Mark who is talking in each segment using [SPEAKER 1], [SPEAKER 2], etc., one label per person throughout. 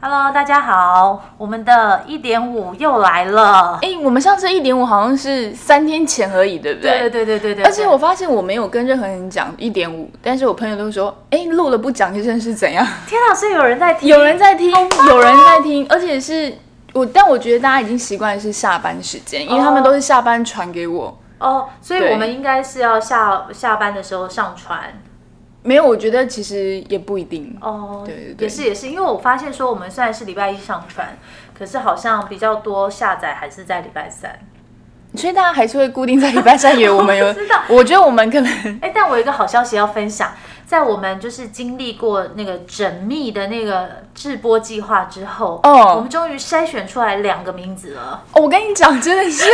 [SPEAKER 1] Hello，大家好，我们的一点五又来了。
[SPEAKER 2] 哎、我们上次一点五好像是三天前而已，对不
[SPEAKER 1] 对对
[SPEAKER 2] 对？
[SPEAKER 1] 对对对对，
[SPEAKER 2] 而且我发现我没有跟任何人讲一点五，但是我朋友都说，哎、录了不讲这件事怎样？
[SPEAKER 1] 天啊， 所以有人在听，
[SPEAKER 2] 有人在听， 有人在听，而且是我，但我觉得大家已经习惯是下班时间，因为他们都是下班传给我。
[SPEAKER 1] 哦，所以
[SPEAKER 2] 对
[SPEAKER 1] 我们应该是要下下班的时候上传
[SPEAKER 2] 没有，我觉得其实也不一定。
[SPEAKER 1] 哦。
[SPEAKER 2] 对对对
[SPEAKER 1] 也是也是，因为我发现说我们虽然是礼拜一上传，可是好像比较多下载还是在礼拜三。
[SPEAKER 2] 所以大家还是会固定在礼拜三有我们有，
[SPEAKER 1] 我知道
[SPEAKER 2] 我觉得我们可能
[SPEAKER 1] 哎，但我有一个好消息要分享，在我们就是经历过那个缜密的那个制播计划之后，
[SPEAKER 2] 哦
[SPEAKER 1] 我们终于筛选出来两个名字了。
[SPEAKER 2] 哦我跟你讲，真的是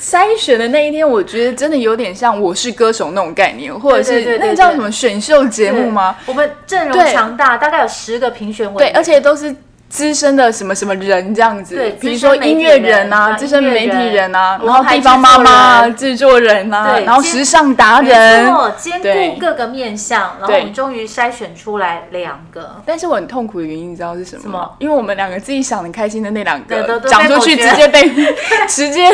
[SPEAKER 2] 筛选的那一天，我觉得真的有点像《我是歌手》那种概念，或者
[SPEAKER 1] 对对对对
[SPEAKER 2] 是那个叫什么选秀节目吗？
[SPEAKER 1] 对？我们阵容
[SPEAKER 2] 对
[SPEAKER 1] 强大，大概有十个评选委
[SPEAKER 2] 对，
[SPEAKER 1] 员。
[SPEAKER 2] 而且都是资深的什么什么人这样子，
[SPEAKER 1] 对
[SPEAKER 2] 比如
[SPEAKER 1] 资深
[SPEAKER 2] 说
[SPEAKER 1] 媒体
[SPEAKER 2] 音乐人啊，
[SPEAKER 1] 人啊
[SPEAKER 2] 资深媒体人啊，
[SPEAKER 1] 音乐人
[SPEAKER 2] 然后地方妈妈啊、制作人啊，
[SPEAKER 1] 对
[SPEAKER 2] 然后
[SPEAKER 1] 兼
[SPEAKER 2] 时尚达
[SPEAKER 1] 没
[SPEAKER 2] 人。
[SPEAKER 1] 错，兼顾
[SPEAKER 2] 对
[SPEAKER 1] 各个面向，然后
[SPEAKER 2] 对
[SPEAKER 1] 我们终于筛选出来两个。
[SPEAKER 2] 但是我很痛苦的原因，你知道是什么吗？
[SPEAKER 1] 什么
[SPEAKER 2] 因为我们两个自己想的开心的那两
[SPEAKER 1] 对都
[SPEAKER 2] 个
[SPEAKER 1] 都被
[SPEAKER 2] 讲出去，
[SPEAKER 1] 否决
[SPEAKER 2] 直接被 直接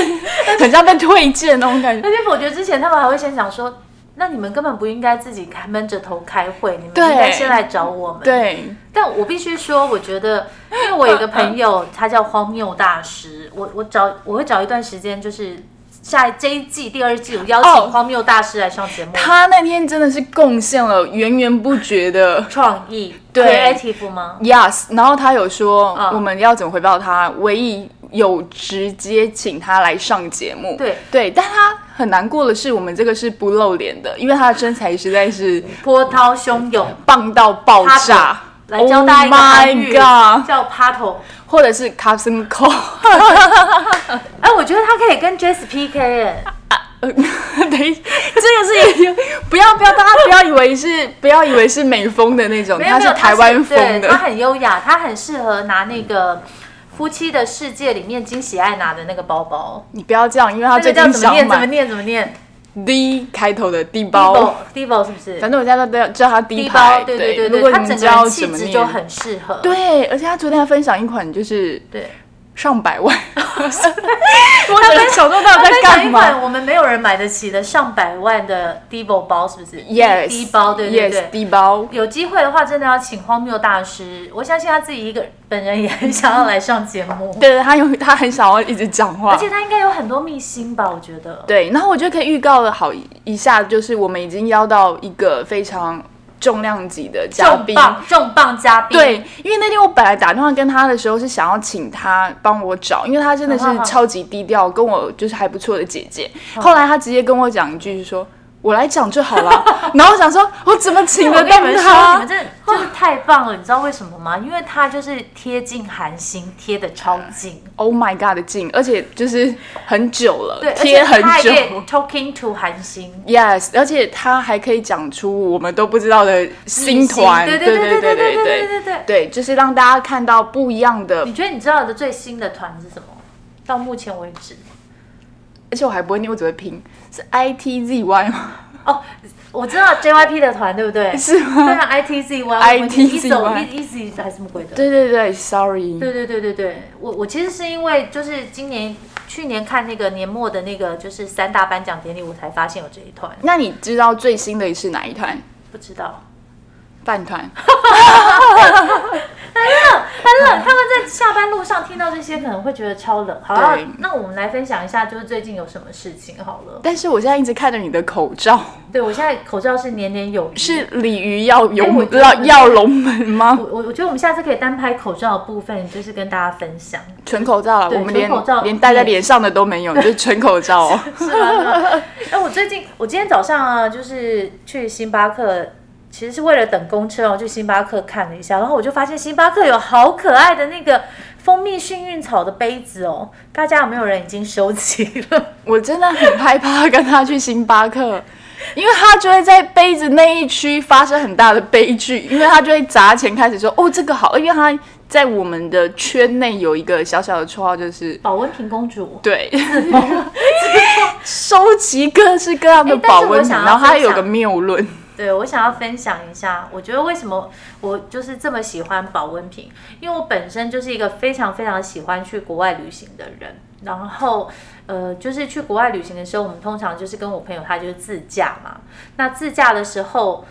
[SPEAKER 2] 很像被推荐那种感觉。
[SPEAKER 1] 那边否决之前，他们还会先想说，那你们根本不应该自己开闷着头开会，你们应
[SPEAKER 2] 对
[SPEAKER 1] 该先来找我们。，
[SPEAKER 2] 对，
[SPEAKER 1] 但我必须说，我觉得，因为我有一个朋 友，他叫荒谬大师，我我找我会找一段时间，就是下这一季第二季，我邀
[SPEAKER 2] 哦
[SPEAKER 1] 请荒谬大师来上节目。
[SPEAKER 2] 他那天真的是贡献了源源不绝的
[SPEAKER 1] 创意
[SPEAKER 2] 对
[SPEAKER 1] creative 吗？
[SPEAKER 2] yes，然后他有说
[SPEAKER 1] 嗯
[SPEAKER 2] 我们要怎么回报他，唯一有直接请他来上节目，
[SPEAKER 1] 对
[SPEAKER 2] 对，但他很难过的是，我们这个是不露脸的，因为他的身材实在是
[SPEAKER 1] 波涛汹涌，
[SPEAKER 2] 棒到爆炸。
[SPEAKER 1] 来教大家一个
[SPEAKER 2] Oh
[SPEAKER 1] 韩语
[SPEAKER 2] my god！
[SPEAKER 1] 叫趴头。
[SPEAKER 2] 或者是 c o u s i n Cole，
[SPEAKER 1] 哎，我觉得他可以跟 Jess PK 哎、
[SPEAKER 2] 呃等一下，这个是也不要不要，大家不要以为是不要以为是美风的那种，
[SPEAKER 1] 没有
[SPEAKER 2] 他
[SPEAKER 1] 没
[SPEAKER 2] 是
[SPEAKER 1] 有，
[SPEAKER 2] 台湾
[SPEAKER 1] 他是
[SPEAKER 2] 风
[SPEAKER 1] 对他
[SPEAKER 2] 的，
[SPEAKER 1] 很优雅，他很适合拿那个《夫妻的世界》里面金喜爱拿的那个包包。
[SPEAKER 2] 你不要这样，因为
[SPEAKER 1] 那
[SPEAKER 2] 他
[SPEAKER 1] 个
[SPEAKER 2] 最
[SPEAKER 1] 叫
[SPEAKER 2] 近
[SPEAKER 1] 怎么
[SPEAKER 2] 想
[SPEAKER 1] 念？怎么
[SPEAKER 2] 买
[SPEAKER 1] 念？怎么念
[SPEAKER 2] D 开头的地包。
[SPEAKER 1] ？Divo，Divo 是不是？
[SPEAKER 2] 反正我家都叫叫他低
[SPEAKER 1] 低
[SPEAKER 2] 牌
[SPEAKER 1] 包，，对对对
[SPEAKER 2] 如果
[SPEAKER 1] 对，他
[SPEAKER 2] 你
[SPEAKER 1] 整
[SPEAKER 2] 们
[SPEAKER 1] 个
[SPEAKER 2] 知
[SPEAKER 1] 人
[SPEAKER 2] 道怎
[SPEAKER 1] 气
[SPEAKER 2] 么
[SPEAKER 1] 质
[SPEAKER 2] 念
[SPEAKER 1] 就很适合。
[SPEAKER 2] 对，而且他昨天还分享一款就是
[SPEAKER 1] 对，
[SPEAKER 2] 上 百万，我整个小豆到
[SPEAKER 1] 他
[SPEAKER 2] 底在
[SPEAKER 1] 分享
[SPEAKER 2] 干
[SPEAKER 1] 一
[SPEAKER 2] 嘛
[SPEAKER 1] 款我们没有人买得起的上百万的 Divo 包，是不是
[SPEAKER 2] ？Yes，
[SPEAKER 1] 低包，对对对
[SPEAKER 2] Yes，。低包。
[SPEAKER 1] 有机会的话，真的要请荒谬大师。我相信他自己一个本人也很想要来上节目，
[SPEAKER 2] 对对，他有他很想要一直讲话
[SPEAKER 1] 而。且他应该有很多秘辛吧？我觉得。
[SPEAKER 2] 对，然后我觉得可以预告的好一下，就是我们已经邀到一个非常重量级的嘉
[SPEAKER 1] 重
[SPEAKER 2] 宾。
[SPEAKER 1] 磅重磅嘉宾，，
[SPEAKER 2] 对，因为那天我本来打电话跟他的时候是想要请他帮我找，因为他真的是
[SPEAKER 1] 好好好
[SPEAKER 2] 超级低调，跟我就是还不错的姐姐。
[SPEAKER 1] 嗯
[SPEAKER 2] 后来他直接跟我讲一句说：“我来讲就好了。” 然后我想说，我怎么请
[SPEAKER 1] 我
[SPEAKER 2] 得
[SPEAKER 1] 跟
[SPEAKER 2] 到
[SPEAKER 1] 你们说，你
[SPEAKER 2] 他
[SPEAKER 1] 们？真的真的太棒了，你知道为什么吗？因为他就是贴近韩星，贴的超 近，
[SPEAKER 2] Oh my god 的劲，而且就是很久了
[SPEAKER 1] 对，，
[SPEAKER 2] 贴很
[SPEAKER 1] 而
[SPEAKER 2] 久
[SPEAKER 1] 且他。还可以 talking to 韩星
[SPEAKER 2] Yes，而且他还可以讲出我们都不知道的新团，
[SPEAKER 1] 女星对
[SPEAKER 2] 对
[SPEAKER 1] 对对对对
[SPEAKER 2] 对
[SPEAKER 1] 对
[SPEAKER 2] 对
[SPEAKER 1] 对对
[SPEAKER 2] 对，就是让大家看到不一样的
[SPEAKER 1] 你，觉得你知道的最新的团是什么？到目前为止，
[SPEAKER 2] 而且我还不会念，我只会拼，是 I T Z Y 吗？
[SPEAKER 1] 哦，我知道 JYP 的团对不对？
[SPEAKER 2] 是吗？
[SPEAKER 1] 对啊，ITZY，
[SPEAKER 2] ITZY
[SPEAKER 1] easy 还是什么鬼的？
[SPEAKER 2] 对对对，sorry，
[SPEAKER 1] 对对对对对，我我其实是因为就是今年去年看那个年末的那个就是三大颁奖典礼，我才发现有这一团，
[SPEAKER 2] 那你知道最新的是哪一团？
[SPEAKER 1] 不知道。
[SPEAKER 2] 饭团。
[SPEAKER 1] 很冷，他们在下班路上听到这些可能会觉得超冷。好了
[SPEAKER 2] 对，
[SPEAKER 1] 那我们来分享一下，就是最近有什么事情好了。
[SPEAKER 2] 但是我现在一直看着你的口 罩，
[SPEAKER 1] 对我现在口罩是年年有余。
[SPEAKER 2] 是鲤鱼要
[SPEAKER 1] 哎我
[SPEAKER 2] 龙
[SPEAKER 1] 觉得
[SPEAKER 2] 要要龙门吗
[SPEAKER 1] 我？我我觉得我们下次可以单拍口罩的部分，就是跟大家分享，
[SPEAKER 2] 纯口罩了，
[SPEAKER 1] 对
[SPEAKER 2] 我们连
[SPEAKER 1] 纯口罩
[SPEAKER 2] 连戴在脸上的都没 有，就是纯口罩 哦。
[SPEAKER 1] 是吗？是吗哎，我最近我今天早上啊，就是去星巴克，其实是为了等公车，然后去星巴克看了一下，然后我就发现星巴克有好可爱的那个蜂蜜幸运草的杯子哦，大家有没有人已经收集了？
[SPEAKER 2] 我真的很害怕跟他去星巴克， 因为他就会在杯子那一区发生很大的悲剧，因为他就会砸钱开始说哦这个好，因为他在我们的圈内有一个小小的绰号就是。
[SPEAKER 1] 保温瓶公主。
[SPEAKER 2] 对， 收集各式各样的
[SPEAKER 1] 哎但是
[SPEAKER 2] 保温
[SPEAKER 1] 哎我
[SPEAKER 2] 瓶，
[SPEAKER 1] 想要
[SPEAKER 2] 然后他
[SPEAKER 1] 分享
[SPEAKER 2] 有个谬论，
[SPEAKER 1] 对我想要分享一下，我觉得为什么我就是这么喜欢保温瓶，因为我本身就是一个非常非常喜欢去国外旅行的人。然后，呃，就是去国外旅行的时候，我们通常就是跟我朋友，他就是自驾嘛。那自驾的时候，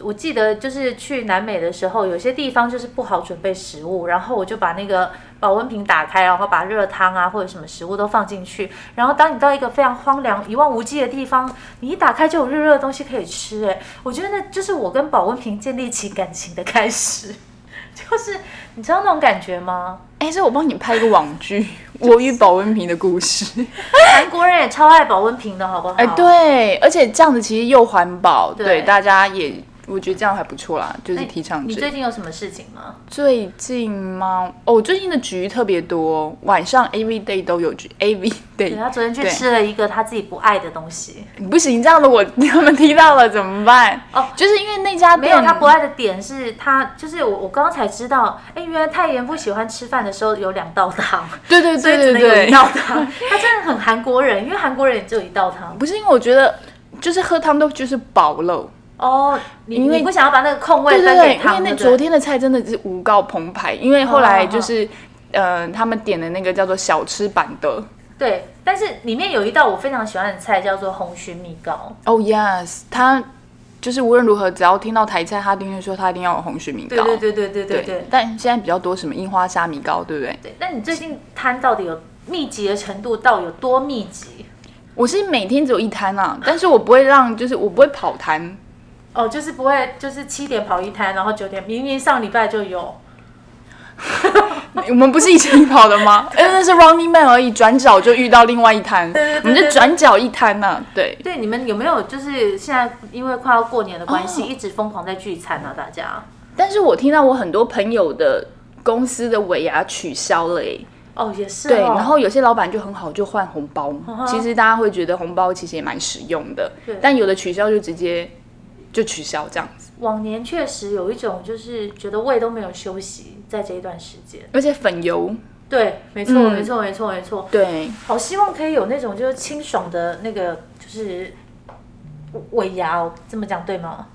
[SPEAKER 1] 我记得就是去南美的时候，有些地方就是不好准备食物，然后我就把那个保温瓶打开，然后把热汤啊或者什么食物都放进去。然后当你到一个非常荒凉、一望无际的地方，你一打开就有热热的东西可以吃、哎，我觉得那就是我跟保温瓶建立起感情的开始， 就是你知道那种感觉吗？
[SPEAKER 2] 哎，这我帮你拍一个网剧《 我与保温瓶的故事》。
[SPEAKER 1] 韩国人也超爱保温瓶的好不好？
[SPEAKER 2] 哎，对，而且这样子其实又环保，
[SPEAKER 1] 对
[SPEAKER 2] 对大家也，我觉得这样还不错啦，就是
[SPEAKER 1] 哎
[SPEAKER 2] 提倡
[SPEAKER 1] 你
[SPEAKER 2] 这
[SPEAKER 1] 最近有什么事情吗？
[SPEAKER 2] 最近吗？哦，我最近的局特别多，晚上 every day 都有局，every
[SPEAKER 1] 对
[SPEAKER 2] day。
[SPEAKER 1] 他昨天去
[SPEAKER 2] 对
[SPEAKER 1] 吃了一个他自己不爱的东西，
[SPEAKER 2] 不行，这样的我 他们听到了怎么办？
[SPEAKER 1] 哦
[SPEAKER 2] 就是因为那家
[SPEAKER 1] 没
[SPEAKER 2] 店
[SPEAKER 1] 有他不爱的点是他就是我我刚刚才知道，哎，原来泰妍不喜欢吃饭的时候有两道 汤，
[SPEAKER 2] 对对
[SPEAKER 1] 所以只能
[SPEAKER 2] 对对
[SPEAKER 1] 有一
[SPEAKER 2] 对，
[SPEAKER 1] 道汤。 他真的很韩国人，因为韩国人也只有一道汤。
[SPEAKER 2] 不是因为我觉得就是喝汤都就是饱了，
[SPEAKER 1] 哦，你
[SPEAKER 2] 因为
[SPEAKER 1] 你不想要把那个空位
[SPEAKER 2] 对对
[SPEAKER 1] 分
[SPEAKER 2] 对，哦
[SPEAKER 1] 给
[SPEAKER 2] 因为
[SPEAKER 1] 汤，
[SPEAKER 2] 那
[SPEAKER 1] 对不
[SPEAKER 2] 昨
[SPEAKER 1] 对
[SPEAKER 2] 天的菜真的是无告澎湃，因为后来就是。呃，他们点的那个叫做小吃版的，
[SPEAKER 1] 对，但是里面有一道我非常喜欢的菜叫做红曲米糕，
[SPEAKER 2] 哦、yes，他就是无论如何，只要听到台菜，他一定会说他一定要有红曲米糕。
[SPEAKER 1] 对对对对对对对
[SPEAKER 2] 对，但现在比较多什么樱花虾米糕，对不对？
[SPEAKER 1] 对。那你最近摊到底有密集的程度到有多密集？
[SPEAKER 2] 我是每天只有一摊 啊，但是我不会让，就是我不会跑摊。
[SPEAKER 1] 哦，就是不会，就是七点跑一摊，然后九点，明明上礼拜就有。
[SPEAKER 2] 我们不是一起跑的 吗？哎，那是 Running Man 而已，转角就遇到另外一摊，
[SPEAKER 1] 对对对
[SPEAKER 2] 我们就转角一摊呢、啊。对，
[SPEAKER 1] 对，你们有没有就是现在因为快要过年的关系，一直疯狂在聚餐啊？大家
[SPEAKER 2] 但是我听到我很多朋友的公司的尾牙取消了、欸，
[SPEAKER 1] 哦，也是、哦、
[SPEAKER 2] 对，然后有些老板就很好，就换红包。
[SPEAKER 1] 哼
[SPEAKER 2] 其实大家会觉得红包其实也蛮实用的
[SPEAKER 1] 对，
[SPEAKER 2] 但有的取消就直接就取消这样子，
[SPEAKER 1] 往年确实有一种就是觉得胃都没有休息，在这一段时间。
[SPEAKER 2] 而且粉油，
[SPEAKER 1] 对，没错，
[SPEAKER 2] 嗯
[SPEAKER 1] 没错，没错，没错。
[SPEAKER 2] 对，
[SPEAKER 1] 好希望可以有那种就是清爽的那个就是尾牙哦，这么讲对吗？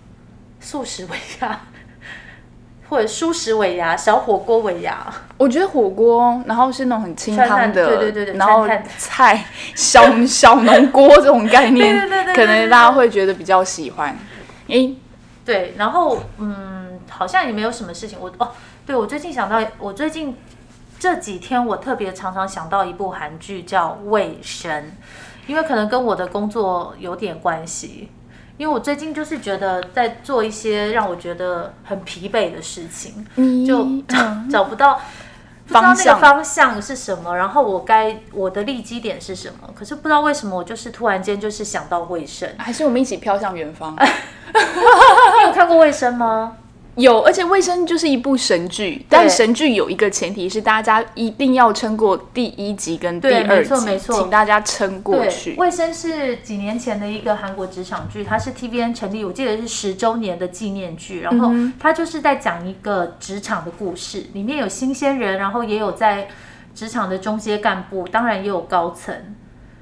[SPEAKER 1] 素食尾牙，或者素食尾牙、小火锅尾牙。
[SPEAKER 2] 我觉得火锅，然后是那种很清
[SPEAKER 1] 川
[SPEAKER 2] 汤
[SPEAKER 1] 菜
[SPEAKER 2] 的，
[SPEAKER 1] 对对对对
[SPEAKER 2] 然后
[SPEAKER 1] 川菜
[SPEAKER 2] 菜小小农锅这种概念，
[SPEAKER 1] 对对对对对
[SPEAKER 2] 可能大家会觉得比较喜欢。诶，
[SPEAKER 1] 对，然后嗯，好像也没有什么事情。我哦，对我最近想到，我最近这几天我特别常常想到一部韩剧叫《卫生》，因为可能跟我的工作有点关系。因为我最近就是觉得在做一些让我觉得很疲惫的事情，
[SPEAKER 2] 你
[SPEAKER 1] 就找找不到不知道
[SPEAKER 2] 嗯方
[SPEAKER 1] 那个
[SPEAKER 2] 向
[SPEAKER 1] 方向是什么，然后我该我的立基点是什么，可是不知道为什么我就是突然间就是想到卫生。
[SPEAKER 2] 还是我们一起飘向远方。
[SPEAKER 1] 你有看过卫生吗？
[SPEAKER 2] 有，而且《卫生》就是一部神剧，但神剧有一个前提是大家一定要撑过第一集跟第
[SPEAKER 1] 对
[SPEAKER 2] 二
[SPEAKER 1] 没错
[SPEAKER 2] 集，
[SPEAKER 1] 没错
[SPEAKER 2] 请大家撑过
[SPEAKER 1] 对，
[SPEAKER 2] 去。
[SPEAKER 1] 卫生是几年前的一个韩国职场剧，它是 TVN 成立，我记得是十周年的纪念剧。
[SPEAKER 2] 嗯
[SPEAKER 1] 然后它就是在讲一个职场的故事，里面有新鲜人，然后也有在职场的中阶干部，当然也有高层。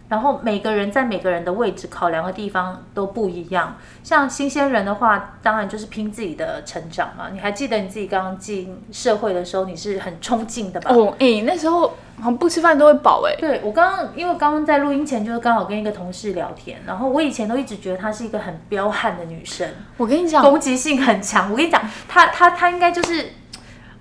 [SPEAKER 1] 然后每个人在每个人的位置考量的地方都不一样。像新鲜人的话，当然就是拼自己的成长嘛。你还记得你自己刚进社会的时候，你是很冲劲的吧？
[SPEAKER 2] 哦，诶，那时候好像不吃饭都会饱诶。
[SPEAKER 1] 对我刚刚，因为刚刚在录音前就是刚好跟一个同事聊天，然后我以前都一直觉得她是一个很彪悍的女生，
[SPEAKER 2] 我跟你讲，
[SPEAKER 1] 攻击性很强。我跟你讲，她她她应该就是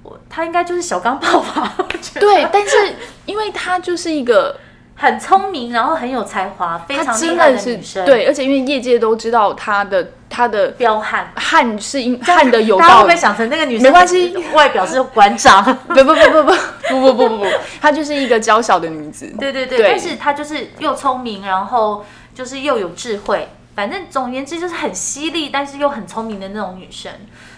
[SPEAKER 1] 我，她应该就是小钢炮吧？我觉得
[SPEAKER 2] 对，但是因为他就是一个
[SPEAKER 1] 很聪明，然后很有才华，非
[SPEAKER 2] 他
[SPEAKER 1] 常
[SPEAKER 2] 真
[SPEAKER 1] 厉害
[SPEAKER 2] 的
[SPEAKER 1] 的
[SPEAKER 2] 是
[SPEAKER 1] 女生，，
[SPEAKER 2] 对，而且因为业界都知道他的他的
[SPEAKER 1] 彪悍。
[SPEAKER 2] 汗是因汗的有
[SPEAKER 1] 大家会
[SPEAKER 2] 道
[SPEAKER 1] 不
[SPEAKER 2] 理
[SPEAKER 1] 会，想成那个女生？
[SPEAKER 2] 没关系，
[SPEAKER 1] 外表是馆长。
[SPEAKER 2] 不不不不不不不不不不，她就是一个娇小的女子。
[SPEAKER 1] 对对对，
[SPEAKER 2] 对
[SPEAKER 1] 但是她就是又聪明，然后就是又有智慧，反正总而言之就是很犀利，但是又很聪明的那种女生。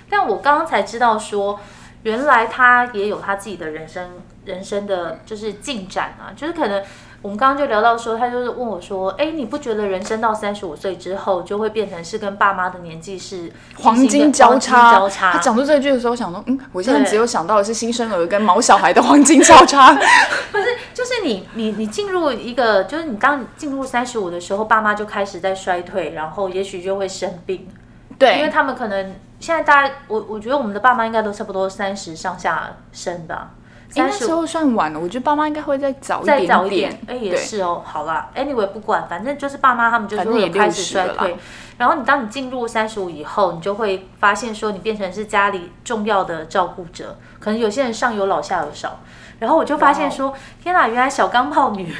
[SPEAKER 1] 但我刚刚才知道说，原来她也有她自己的人生人生的就是进展啊，就是可能。我们刚刚就聊到说，她就是问我说：“哎，你不觉得人生到三十五岁之后，就会变成是跟爸妈的年纪是
[SPEAKER 2] 黄
[SPEAKER 1] 进行一
[SPEAKER 2] 金
[SPEAKER 1] 个
[SPEAKER 2] 交叉，
[SPEAKER 1] 黄金交叉
[SPEAKER 2] 他讲出这句的时候，想说，嗯，我现在
[SPEAKER 1] 对
[SPEAKER 2] 只有想到的是新生儿跟毛小孩的黄金交 叉。
[SPEAKER 1] 不是，就是你你你进入一个，就是你当你进入三十五的时候，爸妈就开始在衰退，然后也许就会生病，
[SPEAKER 2] 对，
[SPEAKER 1] 因为他们可能现在大家，我我觉得我们的爸妈应该都差不多三十上下生吧，
[SPEAKER 2] 诶
[SPEAKER 1] 三
[SPEAKER 2] 那
[SPEAKER 1] 十
[SPEAKER 2] 时候算晚了，我觉得爸妈应该会再早一点
[SPEAKER 1] 再早一点
[SPEAKER 2] 点，
[SPEAKER 1] 哎、也是哦。好啦，anyway 不管，反正就是爸妈他们就是
[SPEAKER 2] 反正也
[SPEAKER 1] 会开始
[SPEAKER 2] 60
[SPEAKER 1] 衰
[SPEAKER 2] 了啦
[SPEAKER 1] 退。然后你当你进入三十五以后，你就会发现说你变成是家里重要的照顾者，可能有些人上有老下有少。然后我就发现说，
[SPEAKER 2] 哦
[SPEAKER 1] 天哪，原来小钢炮女。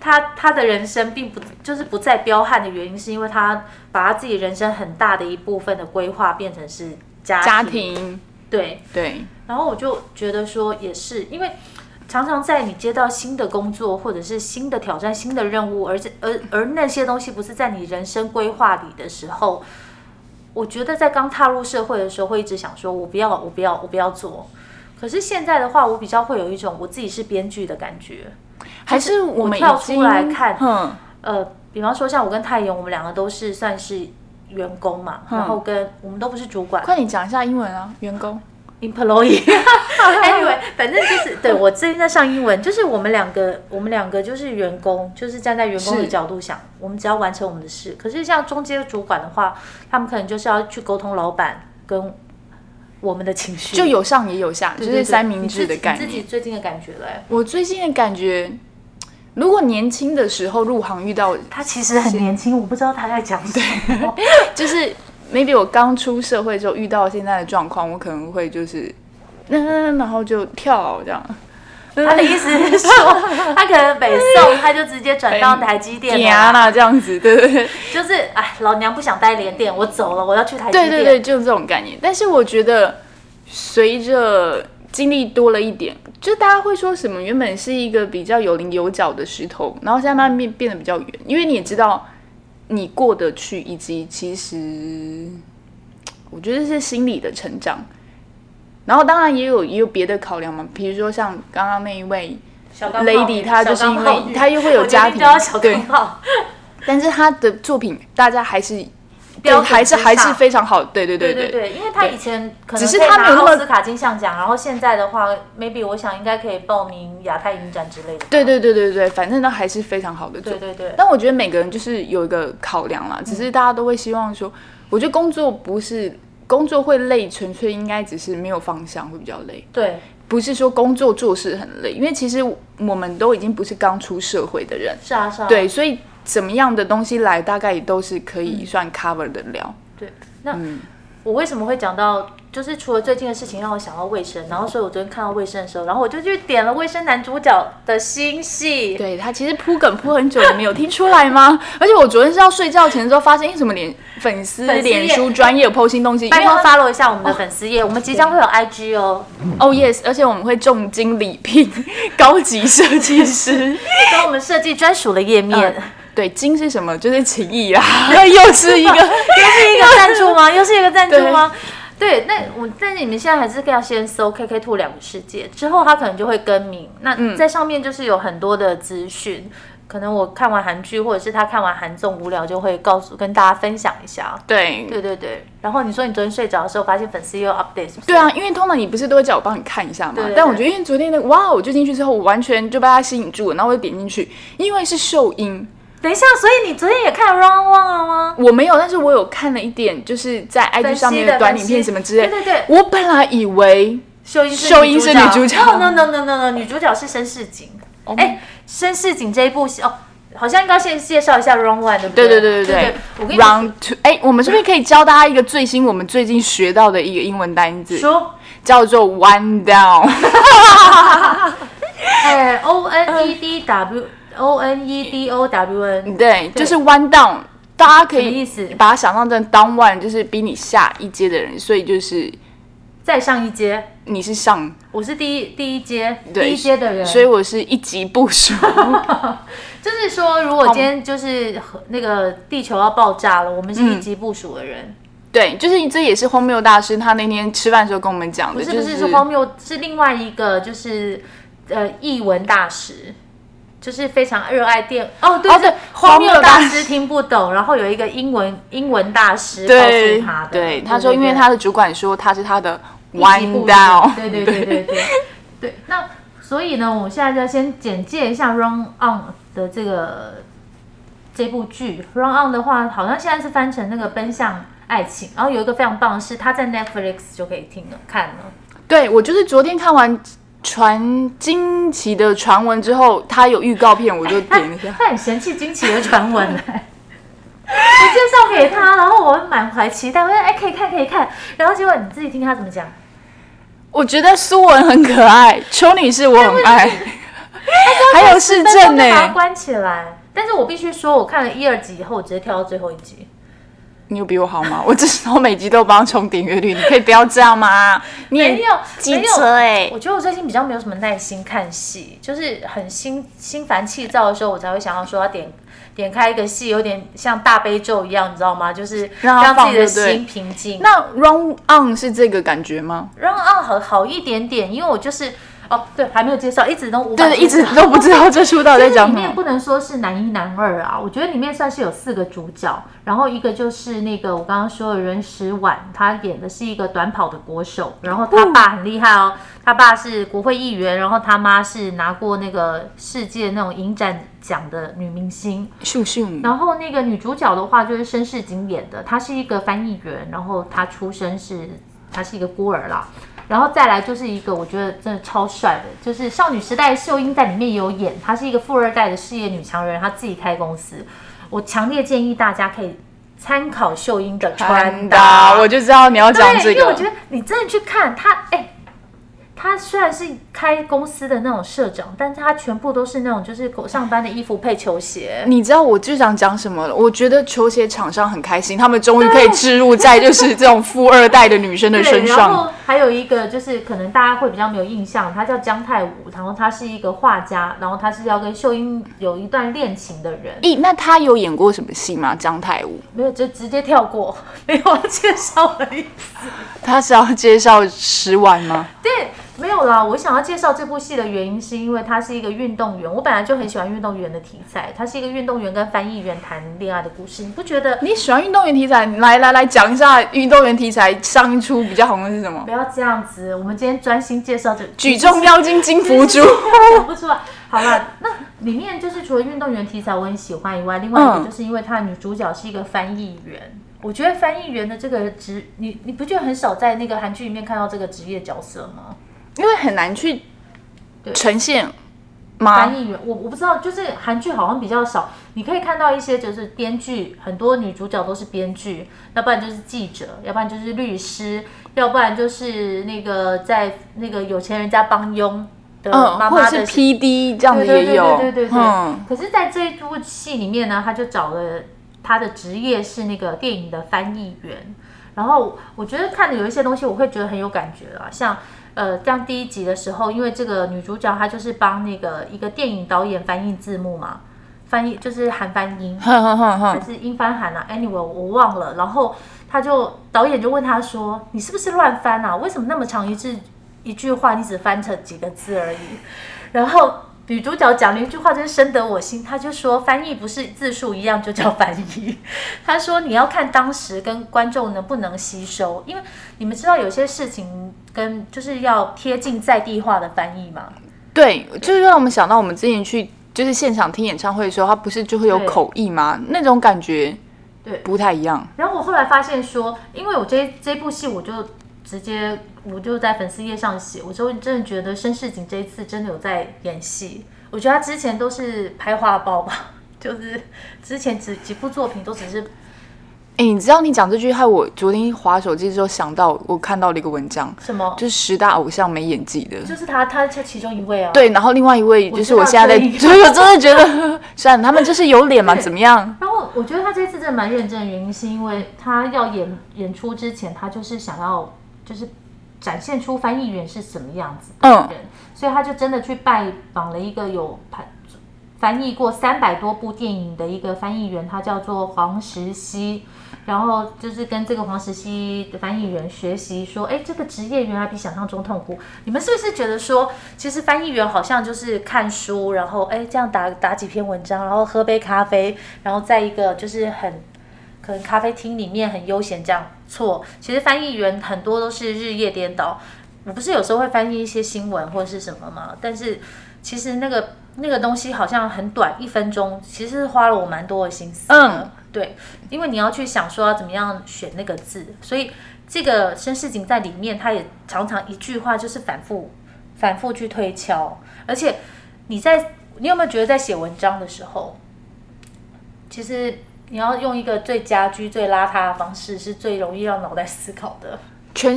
[SPEAKER 1] 她她的人生并不就是不再彪悍的原因，是因为她把她自己人生很大的一部分的规划变成是家
[SPEAKER 2] 家庭，
[SPEAKER 1] 对，
[SPEAKER 2] 对，
[SPEAKER 1] 然后我就觉得说，也是因为常常在你接到新的工作或者是新的挑战、新的任务，而这而而那些东西不是在你人生规划里的时候，我觉得在刚踏入社会的时候，会一直想说我不要，我不要，我不要做。可是现在的话，我比较会有一种我自己是编剧的感觉。
[SPEAKER 2] 还是我们已
[SPEAKER 1] 跳出
[SPEAKER 2] 经
[SPEAKER 1] 来看
[SPEAKER 2] 嗯，
[SPEAKER 1] 呃，比方说像我跟泰妍，我们两个都是算是员工嘛，然后跟我们都不是主管，
[SPEAKER 2] 快点讲一下英文啊，员工。
[SPEAKER 1] employee。anyway，反 正就是对我最近在上英文，就是我们两个，我们两个就是员工，就是站在员工的
[SPEAKER 2] 是
[SPEAKER 1] 角度想，我们只要完成我们的事。可是像中间主管的话，他们可能就是要去沟通老板跟我们的情绪，
[SPEAKER 2] 就有上也有下，
[SPEAKER 1] 对
[SPEAKER 2] 就
[SPEAKER 1] 对对
[SPEAKER 2] 是三明治
[SPEAKER 1] 你自
[SPEAKER 2] 的
[SPEAKER 1] 己
[SPEAKER 2] 概
[SPEAKER 1] 你自己
[SPEAKER 2] 念。
[SPEAKER 1] 最近的感觉嘞，
[SPEAKER 2] 我最近的感觉，如果年轻的时候入行遇到，
[SPEAKER 1] 他其实很年轻，我不知道他在讲什么。
[SPEAKER 2] 就是 maybe 我刚出社会之后遇到现在的状况，我可能会就是，嗯，然后就跳这样。
[SPEAKER 1] 他的意思是说， 他可能北宋，他就直接转到台积电啊
[SPEAKER 2] 呀
[SPEAKER 1] 了，
[SPEAKER 2] 啦，啊这样子，对对对，
[SPEAKER 1] 就是哎，老娘不想待联电，我走了，我要去台积
[SPEAKER 2] 对
[SPEAKER 1] 电。
[SPEAKER 2] 对对，就是这种概念。但是我觉得，随着经历多了一点，就大家会说什么，原本是一个比较有棱有角的石头，然后现在慢慢变变得比较圆，因为你也知道你过得去，以及其实我觉得是心理的成长。然后当然也有也有别的考量嘛，比如说像刚刚那一位
[SPEAKER 1] 小钢炮女
[SPEAKER 2] lady，她就是因
[SPEAKER 1] 小钢炮
[SPEAKER 2] 为
[SPEAKER 1] 女
[SPEAKER 2] 她又会有
[SPEAKER 1] 我决定
[SPEAKER 2] 家庭
[SPEAKER 1] 叫她小，
[SPEAKER 2] 对
[SPEAKER 1] 钢，炮，
[SPEAKER 2] 但是她的作品大家还是
[SPEAKER 1] 标准
[SPEAKER 2] 对还是
[SPEAKER 1] 之
[SPEAKER 2] 还是
[SPEAKER 1] 上
[SPEAKER 2] 非常好，对对
[SPEAKER 1] 对
[SPEAKER 2] 对
[SPEAKER 1] 对
[SPEAKER 2] 对。
[SPEAKER 1] 对，因为他以前可能
[SPEAKER 2] 只是
[SPEAKER 1] 可以
[SPEAKER 2] 他没有
[SPEAKER 1] 拿
[SPEAKER 2] 那么
[SPEAKER 1] 奥斯卡金像奖，然后现在的话，maybe 我想应该可以报名亚太影展之类的。
[SPEAKER 2] 对对对对对，反正都还是非常好的作
[SPEAKER 1] 对。对对，
[SPEAKER 2] 但我觉得每个人就是有一个考量啦，只是大家都会希望说，我觉得工作不是工作会累，纯粹应该只是没有方向会比较累，
[SPEAKER 1] 对
[SPEAKER 2] 不是说工作做事很累，因为其实我们都已经不是刚出社会的人，
[SPEAKER 1] 是啊是啊。
[SPEAKER 2] 对，所以怎么样的东西来，大概也都是可以算 cover 的了。
[SPEAKER 1] 对，那、
[SPEAKER 2] 嗯
[SPEAKER 1] 我为什么会讲到，就是除了最近的事情让我想到卫生，然后所以我昨天看到卫生的时候，然后我就去点了卫生男主角的新戏。
[SPEAKER 2] 对他其实铺梗铺很久，你没有听出来吗？ 而且我昨天是要睡觉前的时候发现，哎，什么脸粉丝
[SPEAKER 1] 粉丝页
[SPEAKER 2] 脸书专业有剖新东西，因
[SPEAKER 1] 拜
[SPEAKER 2] 为
[SPEAKER 1] 托 follow 一下我们的粉丝页，我们即将会有 IG 哦，
[SPEAKER 2] 哦、yes，而且我们会重金礼聘 高级设计 师。
[SPEAKER 1] 跟我们设计专属的页面。
[SPEAKER 2] 嗯对，金是什么？就是情谊啦， 又是一个。
[SPEAKER 1] 是一个赞助吗？又是一个赞助吗？对，那我但是你们现在还是要先搜 KK Two 两个世界，之后它可能就会更名。那
[SPEAKER 2] 嗯
[SPEAKER 1] 在上面就是有很多的资讯，可能我看完韩剧，或者是他看完韩综无聊，就会告诉跟大家分享一下。
[SPEAKER 2] 对
[SPEAKER 1] 对对对，然后你说你昨天睡着的时候发现粉丝又 update，是不是
[SPEAKER 2] 对啊，因为通常你不是都会叫我帮你看一下嘛
[SPEAKER 1] 对？对
[SPEAKER 2] 但我觉得因为昨天的哇，我就进去之后，我完全就被他吸引住了，然后我就点进去，因为是秀英，
[SPEAKER 1] 等一下，所以你昨天也看 Round One 了吗？
[SPEAKER 2] 我没有，但是我有看了一点，就是在 IG 上面的短影片什么之类。
[SPEAKER 1] 对对对
[SPEAKER 2] 我本来以为
[SPEAKER 1] 秀英是
[SPEAKER 2] 秀英是女主角哦
[SPEAKER 1] No No No No No No，女主角是申世景。哎、申世景这一部戏哦，好像应该先介绍一下 Round One，对不
[SPEAKER 2] 对
[SPEAKER 1] 对
[SPEAKER 2] 对对对
[SPEAKER 1] 对
[SPEAKER 2] 对
[SPEAKER 1] 我跟你
[SPEAKER 2] ，Round Two，哎、我们是不是可以教大家一个最新我们最近学到的一个英文单字，
[SPEAKER 1] 说，
[SPEAKER 2] 叫做 One Down？
[SPEAKER 1] 哎，O N E D W O N E D O W N，
[SPEAKER 2] 对，就是 one down，大家可
[SPEAKER 1] 什么
[SPEAKER 2] 以
[SPEAKER 1] 意思
[SPEAKER 2] 把它想象成 down one 就是比你下一阶的人，所以就是
[SPEAKER 1] 再上一阶，
[SPEAKER 2] 你是上，
[SPEAKER 1] 我是第一第一阶，
[SPEAKER 2] 对
[SPEAKER 1] 第一阶的人，
[SPEAKER 2] 所以我是一级部署。
[SPEAKER 1] 就是说，如
[SPEAKER 2] 哦
[SPEAKER 1] 果今天就是和那个地球要爆炸了，我们是
[SPEAKER 2] 嗯
[SPEAKER 1] 一级部署的人，
[SPEAKER 2] 对，就是这也是荒谬大师他那天吃饭的时候跟我们讲的，
[SPEAKER 1] 不是不
[SPEAKER 2] 就
[SPEAKER 1] 是是荒谬，是另外一个就是呃译文大使。就是非常热爱电哦，对
[SPEAKER 2] 哦
[SPEAKER 1] 对
[SPEAKER 2] 对，
[SPEAKER 1] 荒谬
[SPEAKER 2] 荒谬大
[SPEAKER 1] 大
[SPEAKER 2] 师
[SPEAKER 1] 师听不懂，然后有一个英文英文大师告
[SPEAKER 2] 对
[SPEAKER 1] 诉他的，
[SPEAKER 2] 对，他说因为
[SPEAKER 1] 对
[SPEAKER 2] 他的主管说他是他的
[SPEAKER 1] 一级
[SPEAKER 2] one
[SPEAKER 1] 步
[SPEAKER 2] down，
[SPEAKER 1] 对对对对 对对。那所以呢，我们现在就要先简介一下《Run On》的这个这部剧，《Run On》的话，好像现在是翻成那个奔向爱情，然后有一个非常棒的是，它在 Netflix 就可以听了看了。
[SPEAKER 2] 对我就是昨天看完传惊奇的传闻之后，它有预告片，我就点了一下。
[SPEAKER 1] 他很嫌弃惊奇的传 闻呢、我介绍给他，然后我满怀期待，我说哎可以看可以看，然后结果你自己听他怎么讲，
[SPEAKER 2] 我觉得苏文很可爱，邱女士我很爱， 还有市
[SPEAKER 1] 但是
[SPEAKER 2] 政
[SPEAKER 1] 我
[SPEAKER 2] 呢、
[SPEAKER 1] 就把它关起来。但是我必须说，我看了一二集以后，我直接跳到最后一集。
[SPEAKER 2] 你有比我好吗？我至少每集都帮冲点阅率，你可以不要这样吗？你也
[SPEAKER 1] 没有，
[SPEAKER 2] 机
[SPEAKER 1] 没
[SPEAKER 2] 车
[SPEAKER 1] 有。
[SPEAKER 2] 哎、
[SPEAKER 1] 我觉得我最近比较没有什么耐心看戏，就是很心心烦气躁的时候，我才会想要说要点点开一个戏，有点像大悲咒一样，你知道吗？就是
[SPEAKER 2] 让
[SPEAKER 1] 让
[SPEAKER 2] 它
[SPEAKER 1] 自
[SPEAKER 2] 放
[SPEAKER 1] 己的
[SPEAKER 2] 对不对
[SPEAKER 1] 心平静。
[SPEAKER 2] 那 Run On 是这个感觉吗？
[SPEAKER 1] 让啊好好一点点，因为我就是哦，对，还没有介绍，一直都无法
[SPEAKER 2] 对，一直
[SPEAKER 1] 介绍
[SPEAKER 2] 都不知道这出到底
[SPEAKER 1] 其
[SPEAKER 2] 在
[SPEAKER 1] 实
[SPEAKER 2] 讲
[SPEAKER 1] 里
[SPEAKER 2] 什
[SPEAKER 1] 面
[SPEAKER 2] 么。
[SPEAKER 1] 不能说是男一男二啊，我觉得里面算是有四个主角，然后一个就是那个我刚刚说的任时婉，她演的是一个短跑的国手，然后他爸很厉害哦，他爸是国会议员，然后他妈是拿过那个世界那种影展奖的女明星，
[SPEAKER 2] 秀秀，
[SPEAKER 1] 然后那个女主角的话就是申世景演的，她是一个翻译员，然后她出身是她是一个孤儿啦。然后再来就是一个我觉得真的超帅的，就是少女时代秀英在里面也有演，她是一个富二代的事业女强人，她自己开公司。我强烈建议大家可以参考秀英的穿
[SPEAKER 2] 穿
[SPEAKER 1] 搭，
[SPEAKER 2] 搭，我就知道你要讲
[SPEAKER 1] 对，
[SPEAKER 2] 这
[SPEAKER 1] 因为我觉
[SPEAKER 2] 个。
[SPEAKER 1] 得你真的去看他，哎、他虽然是开公司的那种社长，但是他全部都是那种就是上班的衣服配球鞋，
[SPEAKER 2] 你知道我就想讲什么了？我觉得球鞋厂商很开心，他们终于可以置入在就是这种富二代的女生的
[SPEAKER 1] 对，
[SPEAKER 2] 身
[SPEAKER 1] 然
[SPEAKER 2] 上。
[SPEAKER 1] 后还有一个就是可能大家会比较没有印象，他叫姜泰武，然后他是一个画家，然后他是要跟秀英有一段恋情的 人，
[SPEAKER 2] 咦，那她有演过什么戏吗？姜泰武，
[SPEAKER 1] 没有就直接跳过， 没有要介绍的意思。
[SPEAKER 2] 她是要介绍十碗吗？
[SPEAKER 1] 对，没有啦。我想要介绍这部戏的原因，是因为他是一个运动员，我本来就很喜欢运动员的题材，他是一个运动员跟翻译员谈恋爱的故事，你不觉得？
[SPEAKER 2] 你喜欢运动员题材？你来来来讲一下运动员题材上一出比较红的是什么
[SPEAKER 1] 不？要这样子，我们今天专心介绍这
[SPEAKER 2] 举重妖精金福 珠。
[SPEAKER 1] 想不出来。好 了，那里面就是除了运动员题材我很喜欢以外，另外一
[SPEAKER 2] 嗯
[SPEAKER 1] 个就是因为它的女主角是一个翻译员。我觉得翻译员的这个职，你你不觉得很少在那个韩剧里面看到这个职业角色吗？
[SPEAKER 2] 因为很难去
[SPEAKER 1] 对
[SPEAKER 2] 呈现吗
[SPEAKER 1] 翻？译员，我我不知道，就是韩剧好像比较少，你可以看到一些就是编剧，很多女主角都是编剧，要不然就是记者，要不然就是律师，要不然就是那个在那个有钱人家帮佣的
[SPEAKER 2] 嗯，
[SPEAKER 1] 妈
[SPEAKER 2] 或
[SPEAKER 1] 妈
[SPEAKER 2] 者
[SPEAKER 1] 的
[SPEAKER 2] 是 P D 这样子也有，
[SPEAKER 1] 对对对对对对对
[SPEAKER 2] 嗯，
[SPEAKER 1] 可是，在这一部戏里面呢，他就找了他的职业是那个电影的翻译员。然后我觉得看的有一些东西，我会觉得很有感觉啊，像呃，像第一集的时候，因为这个女主角她就是帮那个一个电影导演翻译字幕嘛，翻译就是韩翻英，
[SPEAKER 2] 哼哼哼
[SPEAKER 1] 还
[SPEAKER 2] 哼，
[SPEAKER 1] 是英翻韩啊？Anyway，我忘了。然后他就导演就问他说：“你是不是乱翻啊？为什么那么长一句一句话，你只翻成几个字而已？”然后女主角讲了一句话，真是深得我心。她就说：“翻译不是字数一样就叫翻译。” 她说：“你要看当时跟观众能不能吸收，因为你们知道有些事情跟就是要贴近在地化的翻译嘛。”
[SPEAKER 2] 对，就是让我们想到我们之前去就是现场听演唱会的时候，它不是就会有
[SPEAKER 1] 对
[SPEAKER 2] 口译吗？那种感觉，
[SPEAKER 1] 对
[SPEAKER 2] 不太一样。
[SPEAKER 1] 然后我后来发现说，因为我这这部戏，我就直接我就在粉丝页上写，我说真的觉得申世景这一次真的有在演戏。我觉得他之前都是拍画报吧， 就是之前几几部作品都只是
[SPEAKER 2] 哎，你知道你讲这句，害我昨天划手机的时候想到，我看到了一个文章，
[SPEAKER 1] 什么，
[SPEAKER 2] 就是十大偶像没演技的。
[SPEAKER 1] 就是他他是其中一位啊。
[SPEAKER 2] 对，然后另外一位
[SPEAKER 1] 我
[SPEAKER 2] 就是
[SPEAKER 1] 知道
[SPEAKER 2] 我现在在，
[SPEAKER 1] 所以
[SPEAKER 2] 所 以我真的觉得，算了，他们就是有脸嘛，
[SPEAKER 1] 对
[SPEAKER 2] 怎么样？
[SPEAKER 1] 然后我觉得他这次真的蛮认真的原因，是因为他要演演出之前，他就是想要就是展现出翻译员是什么样子的
[SPEAKER 2] 嗯
[SPEAKER 1] 人，所以他就真的去拜访了一个有翻翻译过三百多部电影的一个翻译员，他叫做黄石溪。然后就是跟这个黄石溪的翻译员学习，说，哎，这个职业原来比想象中痛苦。你们是不是觉得说，其实翻译员好像就是看书，然后哎这样打打几篇文章，然后喝杯咖啡，然后在一个就是很可能咖啡厅里面很悠闲这样。错，其实翻译员很多都是日夜颠倒。我不是有时候会翻译一些新闻或者是什么吗？但是其实那个那个东西好像很短，一分钟，其实花了我蛮多的心思的。
[SPEAKER 2] 嗯，
[SPEAKER 1] 对，因为你要去想说要怎么样选那个字，所以这个申世锦在里面，他也常常一句话就是反复、反复去推敲。而且你在，你有没有觉得在写文章的时候，其实你要用一个最家居、最邋遢的方式，是最容易让脑袋思考的，
[SPEAKER 2] 全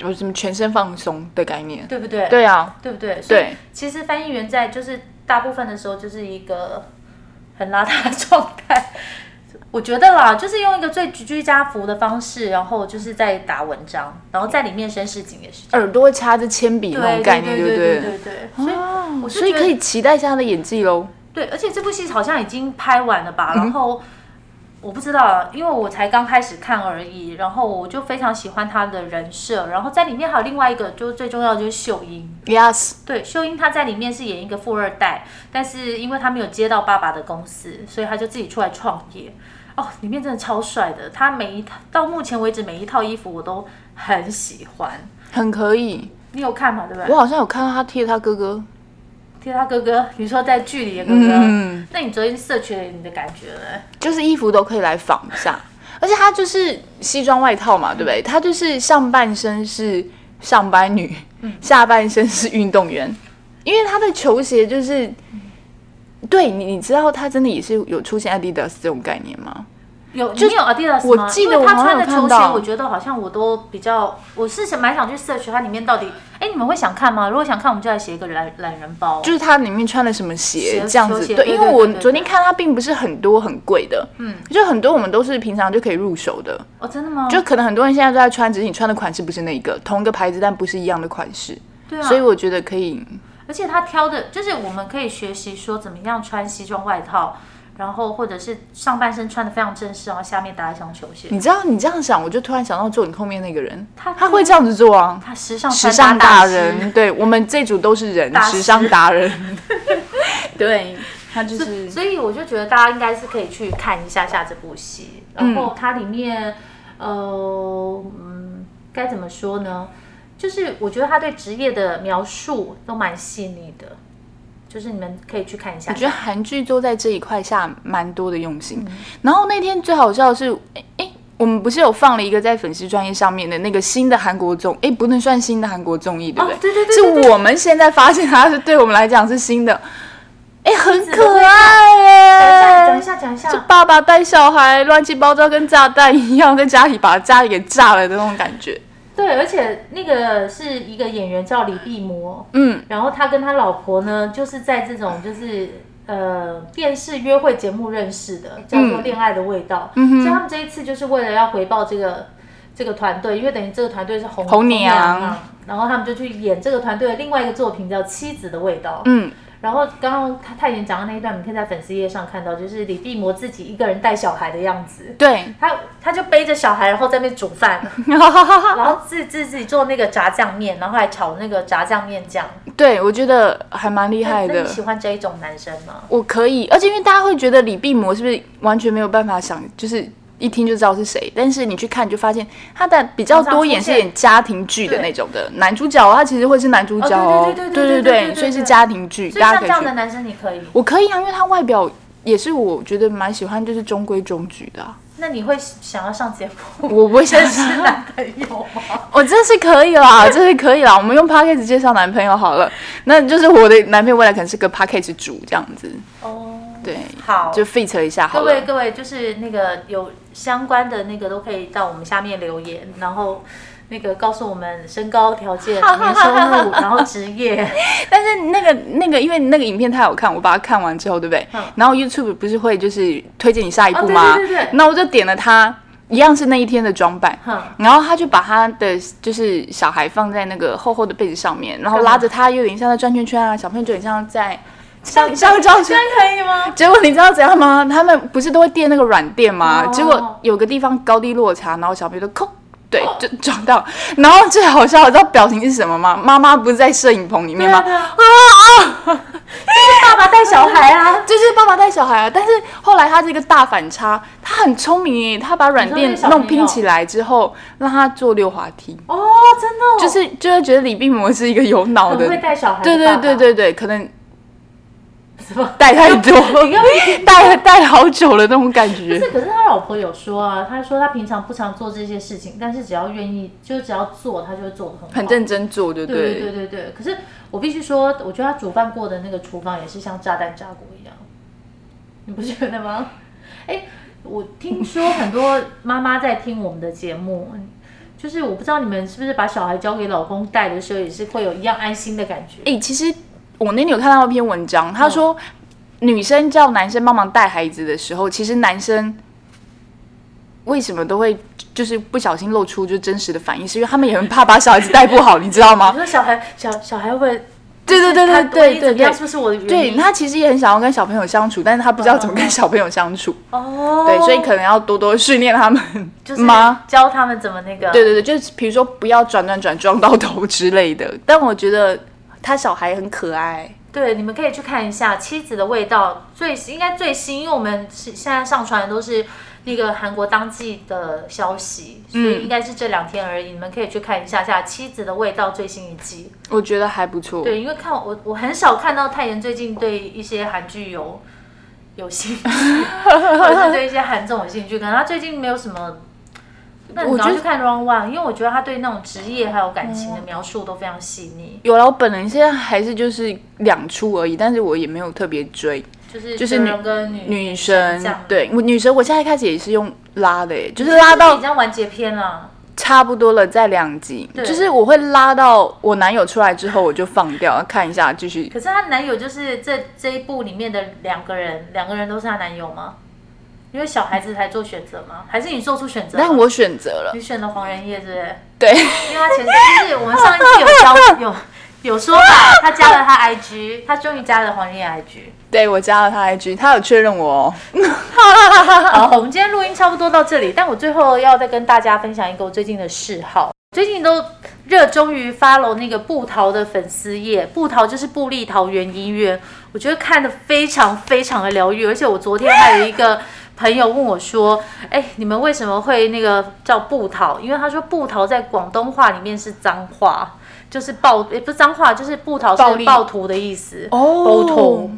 [SPEAKER 2] 有什么全身放松的概念？
[SPEAKER 1] 对不对？
[SPEAKER 2] 对啊，
[SPEAKER 1] 对不对？所以
[SPEAKER 2] 对，
[SPEAKER 1] 其实翻译员在就是大部分的时候就是一个很邋遢的状态。我觉得啦，就是用一个最居居家服的方式，然后就是在打文章，然后在里面生事情也是这样。
[SPEAKER 2] 耳朵插着铅笔那种概念，
[SPEAKER 1] 对
[SPEAKER 2] 不
[SPEAKER 1] 对对对。所以
[SPEAKER 2] 哦
[SPEAKER 1] 我是
[SPEAKER 2] 所以
[SPEAKER 1] 觉得
[SPEAKER 2] 可以期待一下他的演技喽。
[SPEAKER 1] 对，而且这部戏好像已经拍完了吧？然后我不知道啊，因为我才刚开始看而已。然后我就非常喜欢他的人设，然后在里面还有另外一个，就是最重要的就是秀英。
[SPEAKER 2] Yes，
[SPEAKER 1] 对，秀英她在里面是演一个富二代，但是因为她没有接到爸爸的公司，所以她就自己出来创业。哦，里面真的超帅的，他每一套到目前为止每一套衣服我都很喜欢。
[SPEAKER 2] 很可以。
[SPEAKER 1] 你有看吗？对不对
[SPEAKER 2] 我？好像有看到他贴他哥哥，
[SPEAKER 1] 贴他哥哥，你说在剧里的哥哥，
[SPEAKER 2] 嗯
[SPEAKER 1] 那你昨天摄取了你的感觉嘞？
[SPEAKER 2] 就是衣服都可以来仿一下，而且他就是西装外套嘛，
[SPEAKER 1] 嗯
[SPEAKER 2] 对不对？他就是上半身是上班女，
[SPEAKER 1] 嗯
[SPEAKER 2] 下半身是运动员，因为他的球鞋就是。对你，你知道他真的也是有出现 Adidas 这种概念吗？
[SPEAKER 1] 有，你有 Adidas 吗？
[SPEAKER 2] 我记得
[SPEAKER 1] 因为他
[SPEAKER 2] 我好像
[SPEAKER 1] 穿的
[SPEAKER 2] 有看
[SPEAKER 1] 球鞋，
[SPEAKER 2] 到
[SPEAKER 1] 我觉得好像我都比较，我是想蛮想去摄取它里面到底，哎，你们会想看吗？如果想看，我们就来写一个懒懒人包。
[SPEAKER 2] 就是它里面穿了什么鞋
[SPEAKER 1] 鞋
[SPEAKER 2] 这样
[SPEAKER 1] 球
[SPEAKER 2] 子，
[SPEAKER 1] 鞋
[SPEAKER 2] 对，
[SPEAKER 1] 对
[SPEAKER 2] 因为
[SPEAKER 1] 对
[SPEAKER 2] 我
[SPEAKER 1] 对对
[SPEAKER 2] 昨天看它并不是很多很贵的，嗯，就很多我们都是平常就可以入手的，
[SPEAKER 1] 哦，真的吗？
[SPEAKER 2] 就可能很多人现在都在穿，只是你穿的款式不是那一个，同一个牌子但不是一样的款式，
[SPEAKER 1] 对啊，
[SPEAKER 2] 所以我觉得可以，
[SPEAKER 1] 而且他挑的，就是我们可以学习说怎么样穿西装外套，然后或者是上半身穿的非常正式，然后下面搭一双球鞋。
[SPEAKER 2] 你知道你这样想，我就突然想到坐你后面那个人，
[SPEAKER 1] 他
[SPEAKER 2] 他会这样子做啊，
[SPEAKER 1] 他时尚
[SPEAKER 2] 时
[SPEAKER 1] 穿
[SPEAKER 2] 尚
[SPEAKER 1] 搭
[SPEAKER 2] 达
[SPEAKER 1] 师，
[SPEAKER 2] 人，对我们这组都是人，
[SPEAKER 1] 大师
[SPEAKER 2] 时尚达人， 对他就是
[SPEAKER 1] 所以我就觉得大家应该是可以去看一下下这部戏，
[SPEAKER 2] 嗯
[SPEAKER 1] 然后它里面，呃，嗯，该怎么说呢？就是我觉得他对职业的描述都蛮细腻的，就是你们可以去看一下。
[SPEAKER 2] 我觉得韩剧都在这一块下蛮多的用
[SPEAKER 1] 嗯
[SPEAKER 2] 心。然后那天最好笑的是，哎、诶我们不是有放了一个在粉丝专业上面的那个新的韩国综，哎、不能算新的韩国综艺，对不对？
[SPEAKER 1] 哦对对对对对
[SPEAKER 2] 是我们现在发现它是对我们来讲是新的，哎、很
[SPEAKER 1] 怎么
[SPEAKER 2] 可
[SPEAKER 1] 会
[SPEAKER 2] 爱
[SPEAKER 1] 讲
[SPEAKER 2] 耶、
[SPEAKER 1] 一下，讲一下，
[SPEAKER 2] 就
[SPEAKER 1] 讲一下，
[SPEAKER 2] 爸爸带小孩乱七八糟，跟炸弹一样，在家里把家里给炸了的那种感觉。
[SPEAKER 1] 对，而且那个是一个演员叫李碧魔，
[SPEAKER 2] 嗯，
[SPEAKER 1] 然后他跟他老婆呢，就是在这种就是呃电视约会节目认识的，
[SPEAKER 2] 嗯
[SPEAKER 1] 叫做《恋爱的味道》所以他们这一次就是为了要回报这个这个团队，因为等于这个团队是红
[SPEAKER 2] 红娘
[SPEAKER 1] 啊然后他们就去演这个团队的另外一个作品叫《妻子的味道》。
[SPEAKER 2] 嗯，
[SPEAKER 1] 然后刚刚他泰妍讲的那一段，你可以在粉丝页上看到，就是李碧魔自己一个人带小孩的样子。
[SPEAKER 2] 对，
[SPEAKER 1] 他他就背着小孩，然后在那边煮饭， 然后自自自己做那个炸酱面，然后还炒那个炸酱面酱。
[SPEAKER 2] 对，我觉得还蛮厉害
[SPEAKER 1] 那
[SPEAKER 2] 的
[SPEAKER 1] 你。喜欢这一种男生吗？
[SPEAKER 2] 我可以，而且因为大家会觉得李碧魔是不是完全没有办法想，就是一听就知道是谁，但是你去看你就发现他的比较多演是演家庭剧的那种的男主角，他其实会是男主角哦，
[SPEAKER 1] 哦对对对对对对对对
[SPEAKER 2] 所以是家庭剧，
[SPEAKER 1] 所以像
[SPEAKER 2] 大家
[SPEAKER 1] 这
[SPEAKER 2] 可以
[SPEAKER 1] 样的
[SPEAKER 2] 去。
[SPEAKER 1] 男生你可以，
[SPEAKER 2] 我可以啊，因为他外表也是我觉得蛮喜欢，就是中规中矩的啊、
[SPEAKER 1] 那你会想要上节目
[SPEAKER 2] 我不会想
[SPEAKER 1] 认识男朋友 吗？
[SPEAKER 2] 我真哦是可以啦， 真是可以啦。我们用 p a c k a g e 介绍男朋友好了，那就是我的男朋友未来可能是个 p a c k a g e 主这样子，
[SPEAKER 1] 哦，
[SPEAKER 2] 对，
[SPEAKER 1] 好，
[SPEAKER 2] 就 fit 一下好
[SPEAKER 1] 各
[SPEAKER 2] 了
[SPEAKER 1] 位。各位，就是那个有相关的那个都可以到我们下面留言，然后。那个告诉我们身高条件、年收入，然后职 业，
[SPEAKER 2] 但是那个那个，因为那个影片太好看，我把它看完之后，对不对？
[SPEAKER 1] 嗯
[SPEAKER 2] 然后 YouTube 不是会就是推荐你下一步吗？
[SPEAKER 1] 哦对对对对嗯
[SPEAKER 2] 那我就点了它，一样是那一天的装扮。
[SPEAKER 1] 哼，
[SPEAKER 2] 然后他就把他的就是小孩放在那个厚厚的被子上面，然后拉着他，有点像在转圈圈啊，小朋友就有点像在像像照
[SPEAKER 1] 这
[SPEAKER 2] 圈
[SPEAKER 1] 样。可以吗？
[SPEAKER 2] 结果你知道怎样吗？他们不是都会垫那个软垫吗？
[SPEAKER 1] 哦
[SPEAKER 2] 结果有个地方高低落差，然后小朋友就扣，对，就撞到。然后最好笑，的，知道表情是什么吗？妈妈不是在摄影棚里面吗？
[SPEAKER 1] 对啊
[SPEAKER 2] 啊啊！
[SPEAKER 1] 爸爸带小孩啊，
[SPEAKER 2] 就是爸爸带小孩啊，但是后来他这个大反差，他很聪明耶，他把软
[SPEAKER 1] 你说那
[SPEAKER 2] 垫
[SPEAKER 1] 个小朋友
[SPEAKER 2] 弄拼起来之后，让他做溜滑梯，
[SPEAKER 1] 哦，真的哦，
[SPEAKER 2] 就是就会觉得李碧魔是一个有脑
[SPEAKER 1] 很
[SPEAKER 2] 的
[SPEAKER 1] 会，带小孩的
[SPEAKER 2] 对
[SPEAKER 1] 爸
[SPEAKER 2] 对
[SPEAKER 1] 爸
[SPEAKER 2] 对对对，可能
[SPEAKER 1] 什么？
[SPEAKER 2] 带太多
[SPEAKER 1] 你又，
[SPEAKER 2] 带带好久了那种感
[SPEAKER 1] 不
[SPEAKER 2] 觉。
[SPEAKER 1] 是，可是他老婆有说啊，他说他平常不常做这些事情，但是只要愿意，就只要做，他就会做的很好。
[SPEAKER 2] 很认真做，对不
[SPEAKER 1] 对对对对。可是我必须说，我觉得他煮饭过的那个厨房也是像炸弹炸锅一样，你不觉得吗？ 哎，我听说很多妈妈在听我们的节目，就是我不知道你们是不是把小孩交给老公带的时候，也是会有一样安心的感觉。
[SPEAKER 2] 哎、其实我那天有看到一篇文章，他说、女生叫男生帮忙带孩子的时候，其实男生为什么都会就是不小心露出就真实的反应，是因为他们也很怕把小孩子带不好，你知道
[SPEAKER 1] 你
[SPEAKER 2] 吗？
[SPEAKER 1] 说小孩小小孩会不会
[SPEAKER 2] 对对对
[SPEAKER 1] 他
[SPEAKER 2] 对
[SPEAKER 1] 多一
[SPEAKER 2] 对对
[SPEAKER 1] 怎么样
[SPEAKER 2] 对
[SPEAKER 1] 是。不是我的原
[SPEAKER 2] 对
[SPEAKER 1] 因？
[SPEAKER 2] 他其实也很想要跟小朋友相处，但是他不知道怎么跟小朋友相处，
[SPEAKER 1] 哦，
[SPEAKER 2] 对，所以可能要多多训练他们
[SPEAKER 1] 就是
[SPEAKER 2] 吗？
[SPEAKER 1] 教他们怎么那个
[SPEAKER 2] 对对对，就是比如说不要转转转撞到头之类的。但我觉得他小孩很可爱，
[SPEAKER 1] 对，你们可以去看一下《妻子的味道》最应该最新，因为我们是现在上传的都是那个韩国当季的消息，
[SPEAKER 2] 嗯
[SPEAKER 1] 所以应该是这两天而已。你们可以去看一下下《妻子的味道》最新一季。
[SPEAKER 2] 我觉得还不错。
[SPEAKER 1] 对，因为看我我很少看到泰妍最近对一些韩剧有有兴趣， 或者是对一些韩综有兴趣，可能她最近没有什么。那你
[SPEAKER 2] 我
[SPEAKER 1] 赶快
[SPEAKER 2] 觉得
[SPEAKER 1] 去看《Round One》，因为我觉得她对那种职业还有感情的描述都非常细腻，
[SPEAKER 2] 有了，我本人现在还是就是两出而已，但是我也没有特别追
[SPEAKER 1] 就是
[SPEAKER 2] 就是
[SPEAKER 1] 哲
[SPEAKER 2] 女
[SPEAKER 1] 人跟女
[SPEAKER 2] 女神
[SPEAKER 1] 这样。
[SPEAKER 2] 对，我女神我现在开始也是用拉的耶，就是拉
[SPEAKER 1] 已
[SPEAKER 2] 到
[SPEAKER 1] 经完结篇了。
[SPEAKER 2] 差不多了，再两集，
[SPEAKER 1] 对
[SPEAKER 2] 就是我会拉到我男友出来之后我就放掉，看一下继续。
[SPEAKER 1] 可是她男友就是这这一部里面的两个人，两个人都是她男友吗？因为小孩子才做选择吗？还是你做出选择了？
[SPEAKER 2] 但我选择了，
[SPEAKER 1] 你选了黄仁烨，对不对？
[SPEAKER 2] 对，
[SPEAKER 1] 因为他前就是我们上一期有教有有说法，他加了他 IG，他终于加了黄仁烨 IG。
[SPEAKER 2] 对我加了他 IG，他有确认我哦。
[SPEAKER 1] 好，我们今天录音差不多到这里，但我最后要再跟大家分享一个我最近的嗜好。最近都热衷于 follow 那个布桃的粉丝页，布桃就是布利桃园医院，我觉得看的非常非常的疗愈，而且我昨天还有一个朋友问我说：“哎、你们为什么会那个叫布桃？因为他说布桃在广东话里面是脏话，就是暴，也、不是脏话，就是布桃
[SPEAKER 2] 暴
[SPEAKER 1] 是
[SPEAKER 2] 力
[SPEAKER 1] 暴徒的意思，
[SPEAKER 2] 哦
[SPEAKER 1] 暴徒。”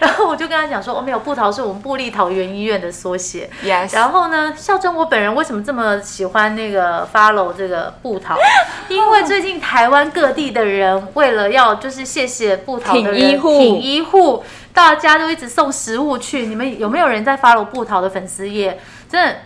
[SPEAKER 1] 然后我就跟他讲说，哦，没有，布桃是我们布利桃园医院的缩写。
[SPEAKER 2] Yes，
[SPEAKER 1] 然后呢，孝珍，我本人为什么这么喜欢那个 follow 这个布 桃？因为最近台湾各地的人为了要就是谢谢布桃的人
[SPEAKER 2] 挺医护
[SPEAKER 1] 挺医护，大家都一直送食物去。你们有没有人在 follow 布桃的粉丝页？真的，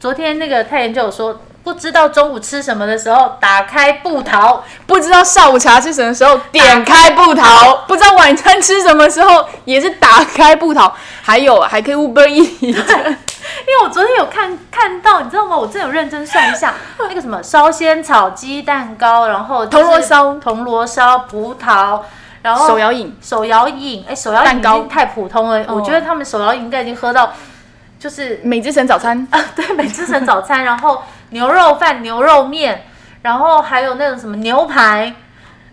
[SPEAKER 1] 昨天那个泰妍就有说。不知道中午吃什么的时候，打开布桃，
[SPEAKER 2] 不知道下午茶是什么时候，点开布桃；不知道晚餐吃什么时候，也是打开布桃。还有还可以 Uber Eats，
[SPEAKER 1] 因为我昨天有看看到，你知道吗？我真的有认真算一 下，那个什么烧仙草、鸡蛋糕，然后就是
[SPEAKER 2] 铜锣烧
[SPEAKER 1] 铜锣烧、葡萄，然后
[SPEAKER 2] 手摇饮。
[SPEAKER 1] 手摇饮，哎，手摇饮
[SPEAKER 2] 蛋
[SPEAKER 1] 已
[SPEAKER 2] 糕哦
[SPEAKER 1] 经太普通了，我觉得他们手摇饮应该已经喝到，就是
[SPEAKER 2] 美之城早餐，
[SPEAKER 1] 啊，对，美之城早餐，然后牛肉饭、牛肉面，然后还有那种什么牛排，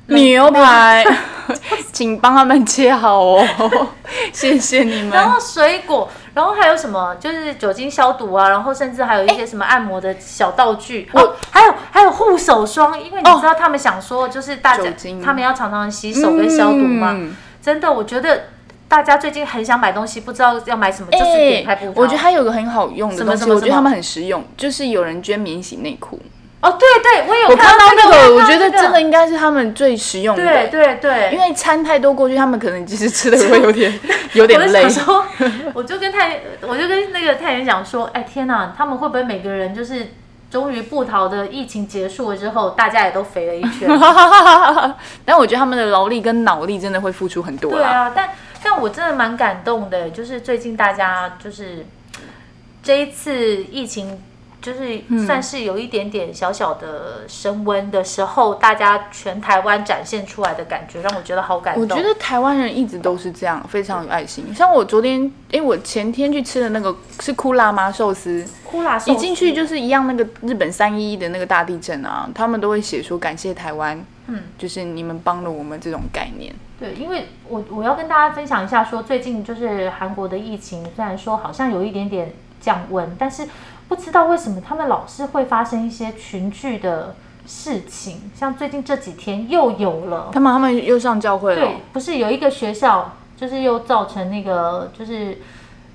[SPEAKER 2] 牛排， 请帮他们切好哦， 谢谢你
[SPEAKER 1] 然
[SPEAKER 2] 们。
[SPEAKER 1] 后水果，然后还有什么？就是酒精消毒啊，然后甚至还有一些什么按摩的小道具，
[SPEAKER 2] 哎我哦
[SPEAKER 1] 哦，还有还有护手霜，因为你知道他们想说，就是大家
[SPEAKER 2] 酒精
[SPEAKER 1] 他们要常常洗手跟消毒嘛。
[SPEAKER 2] 嗯
[SPEAKER 1] 真的，我觉得大家最近很想买东西，不知道要买什么，就是点开
[SPEAKER 2] 哎
[SPEAKER 1] 布桃。
[SPEAKER 2] 我觉得还有个很好用的
[SPEAKER 1] 什么
[SPEAKER 2] 东
[SPEAKER 1] 什
[SPEAKER 2] 西，
[SPEAKER 1] 么
[SPEAKER 2] 我觉
[SPEAKER 1] 什
[SPEAKER 2] 得
[SPEAKER 1] 么
[SPEAKER 2] 他们很实用，就是有人捐免洗内裤。
[SPEAKER 1] 哦，对对，我有
[SPEAKER 2] 我看到
[SPEAKER 1] 这
[SPEAKER 2] 那个，
[SPEAKER 1] 个，
[SPEAKER 2] 我觉得
[SPEAKER 1] 看到这个
[SPEAKER 2] 真的。应该是他们最实用
[SPEAKER 1] 对
[SPEAKER 2] 的，
[SPEAKER 1] 对对，
[SPEAKER 2] 因为餐太多过去，他们可能其实吃的会有 点有点
[SPEAKER 1] 我就
[SPEAKER 2] 累
[SPEAKER 1] 想。说， 我就跟太，我就跟那个太原讲说，哎，天哪，他们会不会每个人就是终于布桃的疫情结束了之后，大家也都肥了一 圈？
[SPEAKER 2] 但我觉得他们的劳力跟脑力真的会付出很多
[SPEAKER 1] 对
[SPEAKER 2] 啦。
[SPEAKER 1] 啊，但但我真的蛮感动的，就是最近大家就是这一次疫情。就是
[SPEAKER 2] 嗯
[SPEAKER 1] 算是有一点点小小的升温的时候，大家全台湾展现出来的感觉，让我觉得好感动。
[SPEAKER 2] 我觉得台湾人一直都是这样，非常有爱心。像我昨天，因为我前天去吃的那个是库拉妈寿司，
[SPEAKER 1] 哭啦，
[SPEAKER 2] 一进去就是一样那个日本三一一的那个大地震啊，他们都会写说感谢台湾，
[SPEAKER 1] 嗯，
[SPEAKER 2] 就是你们帮了我们这种概念。
[SPEAKER 1] 对，因为我我要跟大家分享一下说最近就是韩国的疫情，虽然说好像有一点点降温，但是不知道为什么他们老是会发生一些群聚的事情，像最近这几天又有了。
[SPEAKER 2] 他们他们又上教会了
[SPEAKER 1] 对，，不是有一个学校，就是又造成那个就是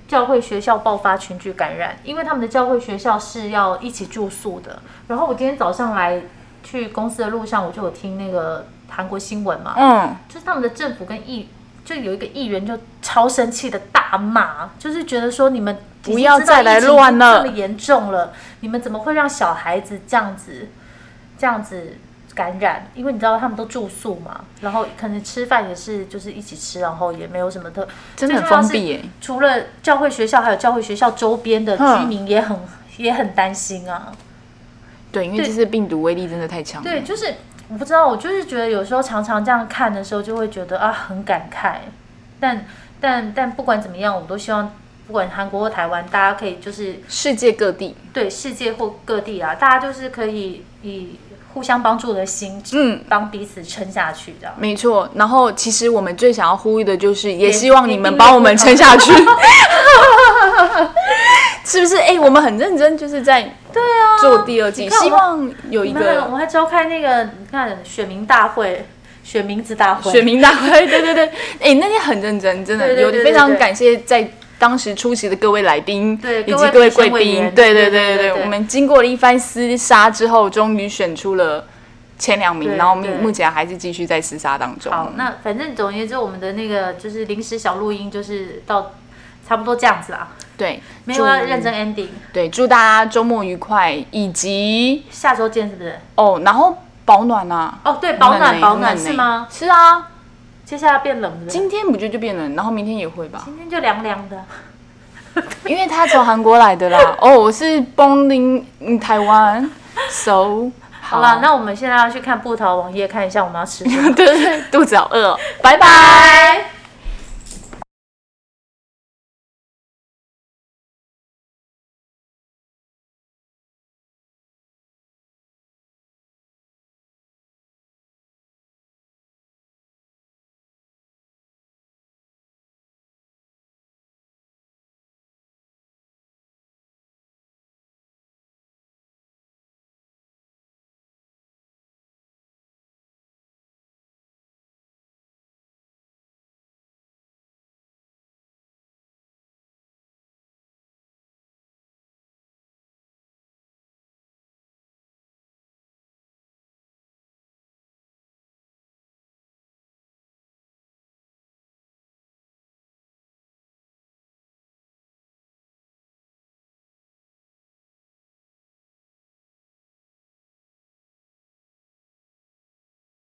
[SPEAKER 1] 教会学校爆发群聚感染，因为他们的教会学校是要一起住宿的。然后我今天早上来去公司的路上，我就有听那个韩国新闻嘛，
[SPEAKER 2] 嗯，
[SPEAKER 1] 就是他们的政府跟议，就有一个议员就超生气的大骂，就是觉得说你们已经
[SPEAKER 2] 不要
[SPEAKER 1] 知道
[SPEAKER 2] 再来
[SPEAKER 1] 疫情
[SPEAKER 2] 乱了
[SPEAKER 1] 这么严重了，你们怎么会让小孩子这样子这样子感染？因为你知道他们都住宿嘛，然后可能吃饭也是就是一起吃，然后也没有什么特
[SPEAKER 2] 真的很
[SPEAKER 1] 最重要
[SPEAKER 2] 封
[SPEAKER 1] 是
[SPEAKER 2] 闭耶。
[SPEAKER 1] 除了教会学校，还有教会学校周边的
[SPEAKER 2] 嗯
[SPEAKER 1] 居民也很也很担心啊。
[SPEAKER 2] 对，因为这次病毒威力真的太强了。
[SPEAKER 1] 对，就是我不知道，我就是觉得有时候常常这样看的时候，就会觉得啊很感慨。但但但不管怎么样，我都希望不管韩国或台湾，大家可以就是
[SPEAKER 2] 世界各地，
[SPEAKER 1] 对世界或各地啊，大家就是可以以互相帮助的心，
[SPEAKER 2] 嗯，
[SPEAKER 1] 帮彼此撑下去这样。
[SPEAKER 2] 没错。然后其实我们最想要呼吁的就是，也
[SPEAKER 1] 也
[SPEAKER 2] 希望你们
[SPEAKER 1] 也
[SPEAKER 2] 帮我们撑下 去，是不是？哎、我们很认真，就是在对啊做第二季，
[SPEAKER 1] 你看
[SPEAKER 2] 希
[SPEAKER 1] 我
[SPEAKER 2] 望有一
[SPEAKER 1] 我们还我
[SPEAKER 2] 个
[SPEAKER 1] 们还召开那个你看选民大会、选名字大会，
[SPEAKER 2] 选民大会。对对对，哎、那天很认真，真的
[SPEAKER 1] 对对对对对
[SPEAKER 2] 有非常感谢在。当时出席的各位来宾，
[SPEAKER 1] 对
[SPEAKER 2] 以
[SPEAKER 1] 各
[SPEAKER 2] 及
[SPEAKER 1] 位
[SPEAKER 2] 各位
[SPEAKER 1] 评
[SPEAKER 2] 贵
[SPEAKER 1] 审委
[SPEAKER 2] 宾
[SPEAKER 1] 员，
[SPEAKER 2] 对对
[SPEAKER 1] 对
[SPEAKER 2] 对
[SPEAKER 1] 对
[SPEAKER 2] 对
[SPEAKER 1] 对
[SPEAKER 2] 对，
[SPEAKER 1] 对
[SPEAKER 2] 我们经过了一番厮杀之后，终于选出了前两名，
[SPEAKER 1] 对
[SPEAKER 2] 然后我们
[SPEAKER 1] 对
[SPEAKER 2] 目前还是继续在厮杀当中。
[SPEAKER 1] 好，那反正总而言之，我们的那个就是临时小录音，就是到差不多这样子啦，
[SPEAKER 2] 对，
[SPEAKER 1] 没有啊要
[SPEAKER 2] 祝
[SPEAKER 1] 认真 ending。
[SPEAKER 2] 对，祝大家周末愉快，以及
[SPEAKER 1] 下周见，是不是？
[SPEAKER 2] 哦，然后保暖啊，
[SPEAKER 1] 哦，对，保
[SPEAKER 2] 呢
[SPEAKER 1] 暖保暖
[SPEAKER 2] 呢
[SPEAKER 1] 是吗？
[SPEAKER 2] 是啊，
[SPEAKER 1] 接下来变冷了，今
[SPEAKER 2] 今天不就就变冷，然后明天也会吧，
[SPEAKER 1] 今天就凉凉的。
[SPEAKER 2] 因为他从韩国来的啦。哦，我是 born in in 台湾，so
[SPEAKER 1] 好了， 那我们现在要去看布桃网页，看一下我们要吃什么。
[SPEAKER 2] 对对，肚子好饿、哦，拜拜。